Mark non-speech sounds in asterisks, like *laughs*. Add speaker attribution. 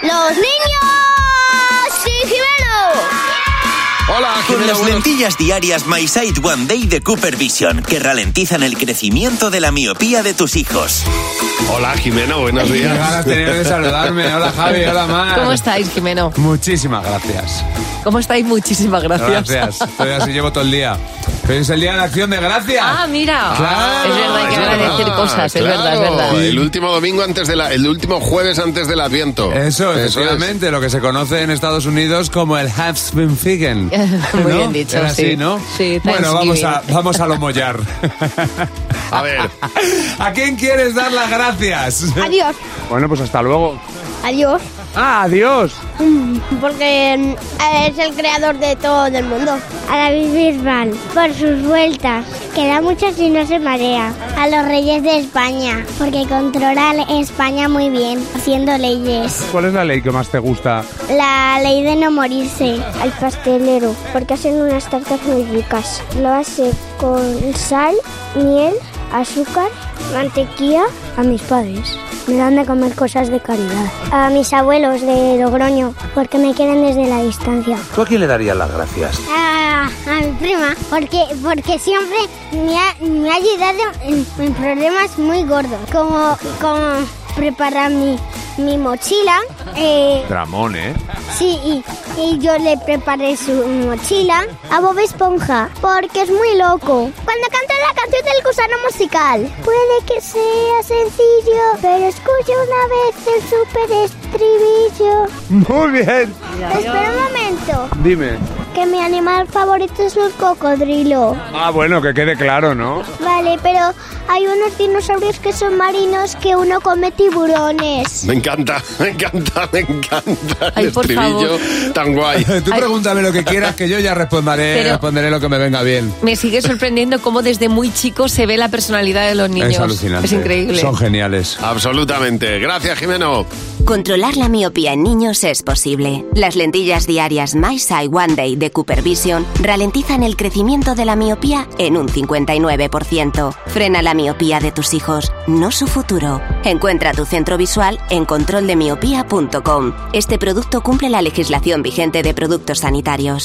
Speaker 1: ¡Los niños! ¡Sí, Jimeno!
Speaker 2: Hola,
Speaker 3: Con
Speaker 2: Jimena,
Speaker 3: las
Speaker 2: buenos-
Speaker 3: lentillas diarias My Sight One Day de Cooper Vision, que ralentizan el crecimiento de la miopía de tus hijos.
Speaker 2: Hola, Jimena, buenos
Speaker 4: Qué ganas
Speaker 2: días.
Speaker 4: tenía de saludarme. Hola Javi, hola Mar.
Speaker 5: ¿Cómo estáis, Jimeno?
Speaker 4: Muchísimas gracias.
Speaker 5: ¿Cómo estáis? Muchísimas gracias.
Speaker 4: Gracias. Estoy así, llevo todo el día. Pero es el día de la acción de gracias.
Speaker 5: Ah, mira.
Speaker 4: Claro,
Speaker 5: es verdad que
Speaker 4: es
Speaker 5: van a
Speaker 4: verdad,
Speaker 5: decir cosas, es
Speaker 2: Claro,
Speaker 5: verdad, es verdad.
Speaker 2: El último domingo antes de la, el último jueves antes del Adviento.
Speaker 4: Eso,
Speaker 2: es.
Speaker 4: efectivamente, lo que se conoce en Estados Unidos como el Halfsbunfigen.
Speaker 5: *laughs* Muy bien dicho,
Speaker 4: Era
Speaker 5: sí.
Speaker 4: así, ¿no?
Speaker 5: Sí,
Speaker 4: bueno, vamos a,
Speaker 5: Thanksgiving.
Speaker 4: vamos a lo mollar. *laughs*
Speaker 2: A ver,
Speaker 4: ¿A quién quieres dar las gracias?
Speaker 1: Adiós.
Speaker 4: Bueno, pues hasta luego.
Speaker 1: Adiós.
Speaker 4: Ah, adiós.
Speaker 1: Porque mm, es el creador de todo el mundo.
Speaker 6: A David Bisbal por sus vueltas, que da muchas y no se marea. A los reyes de España, porque controla le- España muy bien, haciendo leyes.
Speaker 4: ¿Cuál es la ley que más te gusta?
Speaker 6: La ley de no morirse. Al pastelero, porque hacen unas tartas muy ricas. Lo hace con sal, miel, azúcar, mantequilla. A mis padres. Me dan de comer cosas de caridad. A mis abuelos de Logroño, porque me quieren desde la distancia.
Speaker 7: ¿Tú a quién le darías las gracias?
Speaker 6: a, a mi prima, porque, porque siempre me ha, me ha ayudado en, en problemas muy gordos, como, como preparar mi, mi mochila. eh,
Speaker 4: Dramón, ¿eh?
Speaker 6: sí, y, y yo le preparé su mochila. A Bob Esponja, porque es muy loco. Cuando canta la canción del gusano musical. Puede que sea sencillo, pero escucha una vez el super estribillo.
Speaker 4: Muy bien.
Speaker 6: Espera un momento,
Speaker 4: Dime.
Speaker 6: que mi animal favorito es el cocodrilo.
Speaker 4: Ah, bueno, que quede claro, ¿no?
Speaker 6: Vale, pero hay unos dinosaurios que son marinos que uno come tiburones.
Speaker 2: me encanta, *laughs* me encanta, me encanta el
Speaker 5: Ay, por
Speaker 2: estribillo tan guay.
Speaker 4: Tú pregúntame lo que quieras, que yo ya responderé,
Speaker 5: Pero-
Speaker 4: responderé lo que me venga bien.
Speaker 5: Me sigue sorprendiendo cómo desde muy chico se ve la personalidad de los niños.
Speaker 4: Es alucinante.
Speaker 5: Es increíble.
Speaker 4: Son geniales.
Speaker 2: Absolutamente. Gracias, Jimeno.
Speaker 8: Controlar la miopía en niños es posible. Las lentillas diarias My Sight One Day de Cooper Vision ralentizan el crecimiento de la miopía en un 59%. Frena la miopía de tus hijos, no su futuro. Encuentra tu centro visual en controldemiopía.com. Este producto cumple la legislación vigente de productos sanitarios.